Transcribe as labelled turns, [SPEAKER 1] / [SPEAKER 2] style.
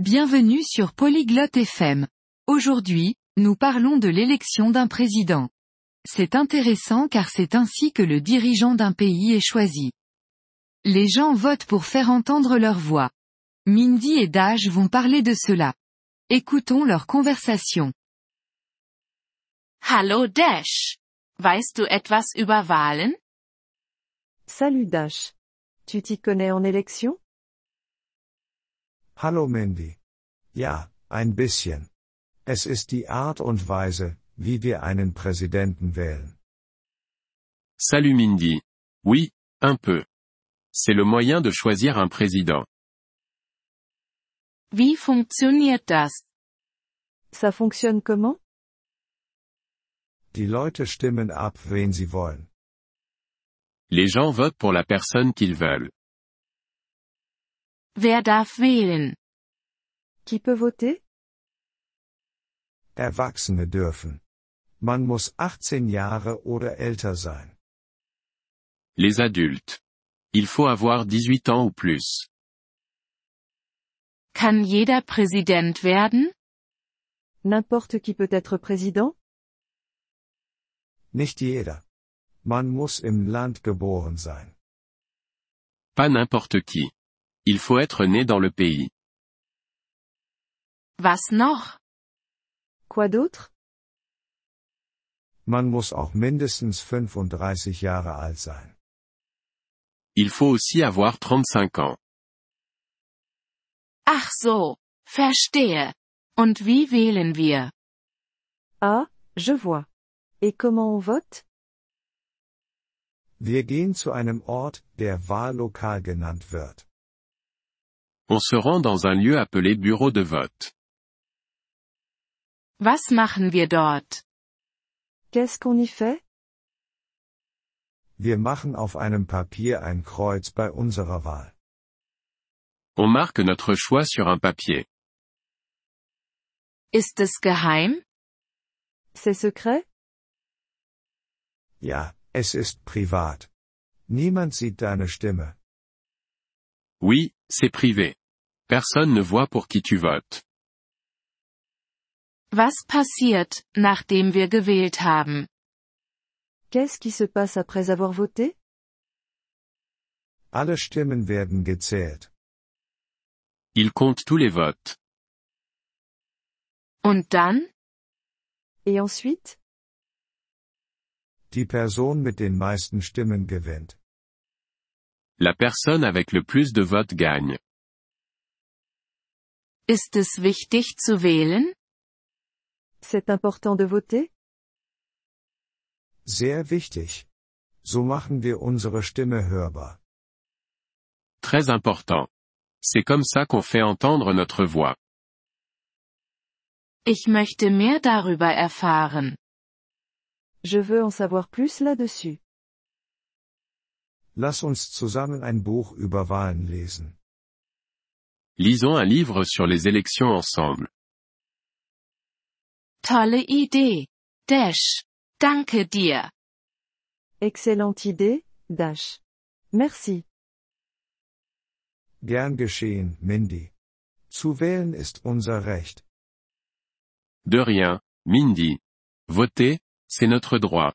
[SPEAKER 1] Bienvenue sur Polyglotte FM. Aujourd'hui, nous parlons de l'élection d'un président. C'est intéressant car c'est ainsi que le dirigeant d'un pays est choisi. Les gens votent pour faire entendre leur voix. Mindy et Dash vont parler de cela. Écoutons leur conversation.
[SPEAKER 2] Hallo Dash. Weißt du etwas über Wahlen?
[SPEAKER 3] Salut Dash. Tu t'y connais en élection
[SPEAKER 4] Hallo Mandy. Ja, ein bisschen. Es ist die Art und Weise, wie wir einen Präsidenten wählen.
[SPEAKER 5] Salut Mindy. Oui, un peu. C'est le moyen de choisir un président.
[SPEAKER 2] Wie funktioniert das?
[SPEAKER 3] Ça fonctionne comment
[SPEAKER 4] Die Leute stimmen ab, wen sie wollen.
[SPEAKER 5] Les gens votent pour la personne qu'ils veulent.
[SPEAKER 2] Wer darf wählen?
[SPEAKER 3] Qui peut voter
[SPEAKER 4] Erwachsene dürfen. Man muss 18 Jahre oder älter sein.
[SPEAKER 5] Les adultes. Il faut avoir 18 ans ou plus.
[SPEAKER 2] Kann jeder Präsident werden?
[SPEAKER 3] N'importe qui peut être président
[SPEAKER 4] Nicht jeder. Man muss im Land geboren sein.
[SPEAKER 5] Pas n'importe qui. Il faut être né dans le pays.
[SPEAKER 2] Was noch?
[SPEAKER 3] Quoi d'autre
[SPEAKER 4] Man muss auch mindestens 35 Jahre alt sein.
[SPEAKER 5] Il faut aussi avoir 35 ans.
[SPEAKER 2] Ach so. Verstehe. Und wie wählen wir?
[SPEAKER 3] Ah, je vois. Et comment on vote
[SPEAKER 4] Wir gehen zu einem Ort, der Wahllokal genannt wird.
[SPEAKER 5] On se rend dans un lieu appelé bureau de vote.
[SPEAKER 2] Was machen wir dort?
[SPEAKER 3] Qu'est-ce qu'on y fait
[SPEAKER 4] Wir machen auf einem Papier ein Kreuz bei unserer Wahl.
[SPEAKER 5] On marque notre choix sur un papier.
[SPEAKER 2] Ist es geheim?
[SPEAKER 3] C'est secret
[SPEAKER 4] Ja, es ist privat. Niemand sieht deine Stimme.
[SPEAKER 5] Oui, c'est privé. Personne ne voit pour qui tu votes.
[SPEAKER 2] Was passiert, nachdem wir gewählt haben?
[SPEAKER 3] Qu'est-ce qui se passe après avoir voté
[SPEAKER 4] Alle Stimmen werden gezählt.
[SPEAKER 5] Il compte tous les votes.
[SPEAKER 2] Und dann?
[SPEAKER 3] Et ensuite
[SPEAKER 4] Die Person mit den meisten Stimmen gewinnt.
[SPEAKER 5] La personne avec le plus de votes gagne.
[SPEAKER 2] Ist es wichtig zu wählen?
[SPEAKER 3] C'est important de voter
[SPEAKER 4] Sehr wichtig. So machen wir unsere Stimme hörbar.
[SPEAKER 5] Très important. C'est comme ça qu'on fait entendre notre voix.
[SPEAKER 2] Ich möchte mehr darüber erfahren.
[SPEAKER 3] Je veux en savoir plus là-dessus.
[SPEAKER 4] Lass uns zusammen ein Buch über Wahlen lesen.
[SPEAKER 5] Lisons un livre sur les élections ensemble.
[SPEAKER 2] Tolle Idee. Dash. Danke dir.
[SPEAKER 3] Excellente idée, Dash. Merci.
[SPEAKER 4] Gern geschehen, Mindy. Zu wählen ist unser Recht.
[SPEAKER 5] De rien, Mindy. Voter, c'est notre droit.